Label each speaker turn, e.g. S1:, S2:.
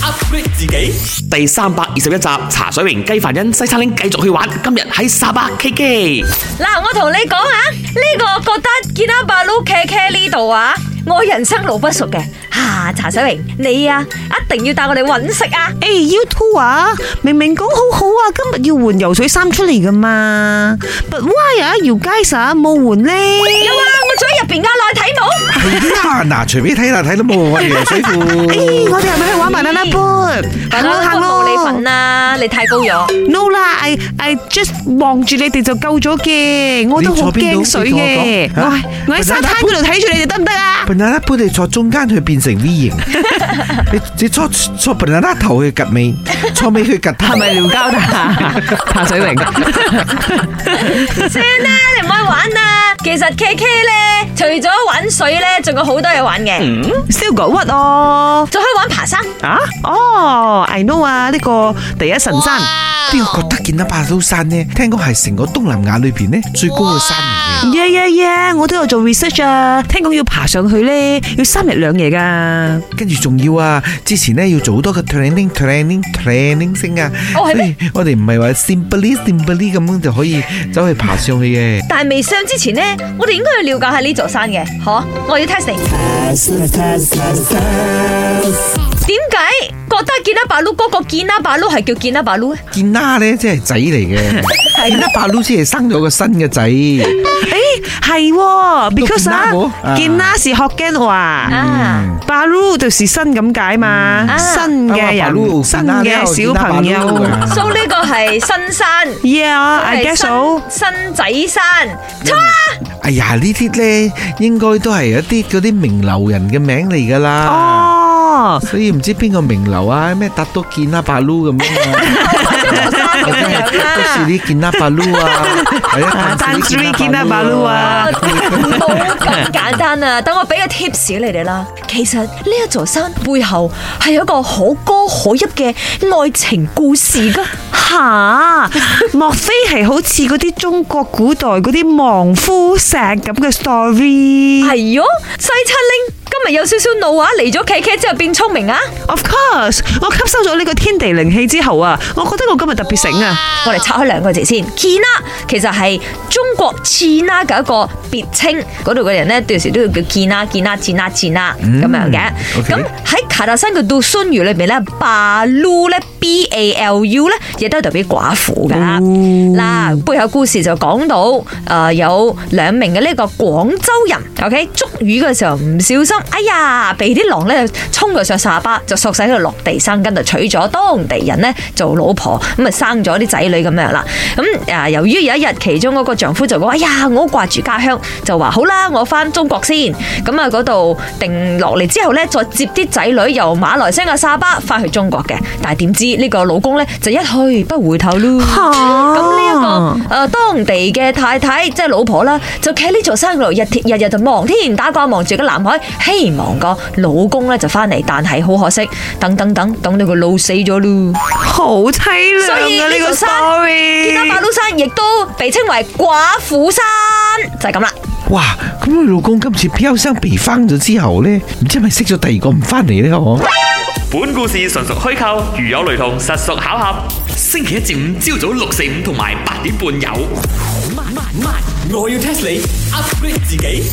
S1: upgrade 自己。
S2: 第三百二十一集，茶水榮、雞凡欣、西餐廳繼續去玩。今日喺沙巴 KK，
S3: 嗱，我同你講啊，呢、個覺得吉他巴魯茄茄呢度啊，我人生路不熟嘅。吓、茶水榮，你啊，一定要帶我哋揾食啊！
S4: 诶、u two 啊，明明講好好啊，今日要換游水衫出嚟噶嘛，but why 啊，姚佳耍冇換呢？
S3: 有啊，我坐喺入邊噶，內睇 冇。
S5: 啊嗱，隨便睇啦，睇到冇
S3: 哎
S5: 我哋游水
S3: 嗯
S4: 诶、
S5: 褲。
S4: 我哋係咪去玩 banana boat？
S3: 大
S4: 行
S3: 佬
S4: 咯行
S3: 啊冇你份
S4: 咯
S3: 啦，你太高咗。
S4: ，no 啦，I I just 望住你哋就夠咗嘅，我都好
S5: 你，
S4: 驚水嘅
S5: 坐邊度
S4: 我係我喺沙灘嗰度睇住你哋得唔得啊？
S5: banana 杯你坐中間，佢變成 V 型。你你坐坐 banana 頭去夾 尾，坐尾去夾頭。
S4: 撩交啊？茶水榮？
S3: 算啦，你唔可以玩啦。其實 K K 咧，除咗玩水咧，仲有好多嘢玩嘅，
S4: 嗯燒狗屈哦！
S3: 仲可以玩爬山。
S4: 啊？哦，I know 啊，呢個第一神山。
S5: 邊個覺得見到巴都山呢？聽講係成個東南亞裏邊呢最高嘅山
S3: 哦
S5: 嚟嘅。
S4: 耶耶耶！我都有做 research 啊，聽講要爬上去咧，要三日兩夜噶。
S5: 跟住仲要啊，之前呢要做好多嘅 training training training 聲啊。
S3: 哦係
S5: 所
S3: 咩
S5: 以我哋唔係話 simply simply 咁樣就可以走去爬上去嘅。
S3: 但係未上之前咧，我哋應該要了解下呢座山嘅，嗬？我要 test 你。點解覺得健拉巴魯嗰個健拉巴魯係叫健拉巴魯咧？
S5: 健拉咧即係仔嚟嘅，健拉白佬先係生咗個新嘅仔，
S4: 誒係喎，because
S5: 都見啦
S4: 啊，
S5: 喎
S4: 見啦是學 g 話
S3: 啊，
S4: ，baru 就是新咁解嘛，
S3: 啊
S4: 新嘅
S5: 啊白佬
S4: 人，新嘅小朋
S5: 健拉白佬
S4: 友。
S3: 所以呢個係新山。係
S4: Yeah，I 嗯
S3: 新
S4: guess so。
S3: 新仔山，錯
S5: 哎呀呢啲咧應該都係一啲嗰啲名流人嘅名嚟噶啦，
S4: 哦，
S5: 所以唔知邊個名流啊，咩達多健拉白佬咁樣啊，
S3: 山咁樣
S5: 都是
S3: 啦，
S5: 啲健拉白佬 啊，係啊，
S4: 單止啲健拉白佬啊
S3: 冇咁簡單啊！等我俾個 tips 你哋啦。其實呢一座山背後係有一個可歌可泣嘅愛情故事噶。
S4: 吓，莫非係好似嗰啲中國古代嗰啲望夫石咁嘅 story？
S3: 係喲，西七拎今日有少少怒啊，嚟咗 K K 之後變聰明啊！
S4: Of course，我吸收咗呢個天地靈氣之後啊，我覺得我今日特別醒啊！
S3: 我哋拆開兩個字先，Kina 其實係中國 China 嘅一個別稱，嗰度嘅人咧，到時都要叫 Kina、Kina、China、China 咁樣嘅。
S5: OK
S3: 咁喺卡達山嘅杜孫語裏邊咧，Balu 咧 B A L U 咧，亦都係代表寡婦噶。嗱、背後故事就講到誒、呃有兩名嘅呢個廣州人，OK 捉魚嘅時候唔小心，哎呀，俾啲狼咧衝咗上沙巴，就索死佢落地生根，就娶咗當地人咧做老婆，咁啊生咗啲仔女咁樣啦。咁誒、呃由於有一日其中嗰個丈夫就講：哎呀，我好掛住家鄉，就話好啦，我翻中國先。咁啊，嗰度定落嚟之後咧，再接啲仔女由馬來西亞沙巴翻去中國嘅。但係點知呢個老公咧就一去不回頭咯。咁
S4: 啊
S3: 呢一個誒當地嘅太太即係老婆啦，就企喺呢座山度日天日日就望天打卦，望住個南海，希望個老公咧就翻嚟，但係好可惜，等等等等 到佢老死咗咯。
S4: 好凄涼
S3: 所以
S4: 啊！
S3: 呢
S4: 呢
S3: 座
S4: 個
S3: 山
S4: story，
S3: 吉他馬魯山亦都被稱為寡婦山，就係咁啦。
S5: 哇！咁佢老公今次飄生被翻咗之後咧，唔知係咪識咗第二個唔翻嚟咧？我
S1: 本故事純屬虛構，如有雷同，實屬巧合。星期一至五朝早六四五同埋八點半有。慢慢慢，我要 test 你 upgrade 自己。